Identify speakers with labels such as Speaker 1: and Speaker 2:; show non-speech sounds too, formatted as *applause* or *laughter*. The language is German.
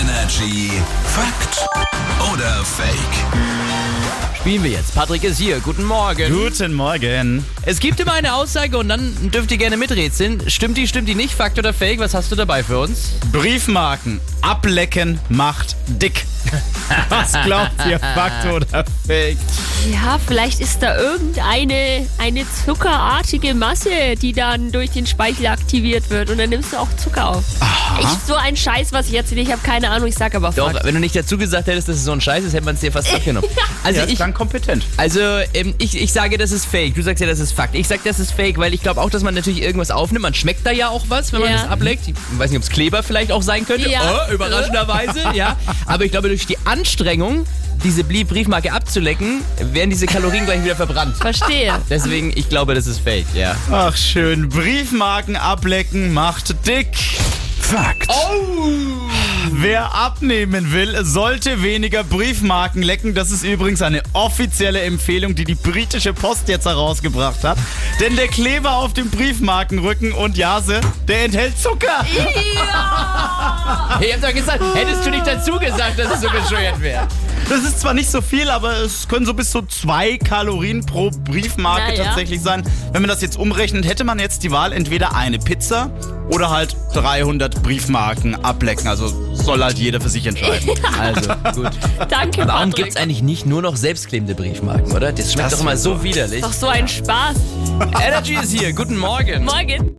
Speaker 1: Energy Fakt oder Fake?
Speaker 2: Spielen wir jetzt. Patrick ist hier. Guten Morgen.
Speaker 3: Guten Morgen.
Speaker 2: Es gibt immer eine Aussage und dann dürft ihr gerne miträtseln. Stimmt die, stimmt die nicht? Fakt oder Fake? Was hast du dabei für uns?
Speaker 3: Briefmarken. Ablecken macht dick. Was glaubt ihr, Fakt oder Fake?
Speaker 4: Ja, vielleicht ist da irgendeine eine zuckerartige Masse, die dann durch den Speichel aktiviert wird. Und dann nimmst du auch Zucker auf. Ich, so ein Scheiß, was ich erzähle, ich habe keine Ahnung, ich sag aber
Speaker 2: Doch,
Speaker 4: Fakt.
Speaker 2: wenn du nicht dazu gesagt hättest, dass es so ein Scheiß ist, hätte man es dir *laughs* fast abgenommen. Also
Speaker 3: Ja, ist
Speaker 2: ich,
Speaker 3: dann kompetent.
Speaker 2: also ähm, ich, ich sage, das ist Fake. Du sagst ja, das ist Fakt. Ich sag, das ist Fake, weil ich glaube auch, dass man natürlich irgendwas aufnimmt. Man schmeckt da ja auch was, wenn man
Speaker 4: Ja.
Speaker 2: das ableckt. Ich weiß nicht, ob es Kleber vielleicht auch sein könnte.
Speaker 4: Ja.
Speaker 2: Oh, überraschenderweise, *laughs* ja. Aber ich glaube, durch die Anstrengung, diese Blie- Briefmarke abzulecken, werden diese Kalorien gleich wieder verbrannt.
Speaker 4: Verstehe.
Speaker 2: Deswegen, ich glaube, das ist Fake, ja.
Speaker 3: Ach schön, Briefmarken ablecken macht dick. Oh!
Speaker 1: Fakt.
Speaker 3: Wer abnehmen will, sollte weniger Briefmarken lecken. Das ist übrigens eine offizielle Empfehlung, die die britische Post jetzt herausgebracht hat. Denn der Kleber auf dem Briefmarkenrücken und Jase, der enthält Zucker.
Speaker 2: *laughs* Ich hab doch gesagt, hättest du nicht dazu gesagt, dass es so bescheuert wäre.
Speaker 3: Das ist zwar nicht so viel, aber es können so bis zu zwei Kalorien pro Briefmarke
Speaker 4: Na ja.
Speaker 3: tatsächlich sein. Wenn man das jetzt umrechnet, hätte man jetzt die Wahl entweder eine Pizza oder halt 300 Briefmarken ablecken. Also soll halt jeder für sich entscheiden.
Speaker 2: Also, gut.
Speaker 4: Danke,
Speaker 2: Warum
Speaker 4: Patrick.
Speaker 2: gibt's eigentlich nicht nur noch selbstklebende Briefmarken, oder? Das schmeckt
Speaker 3: Das
Speaker 2: doch immer so widerlich.
Speaker 4: Doch so ein Spaß.
Speaker 2: Energy ist hier, guten Morgen.
Speaker 4: Morgen.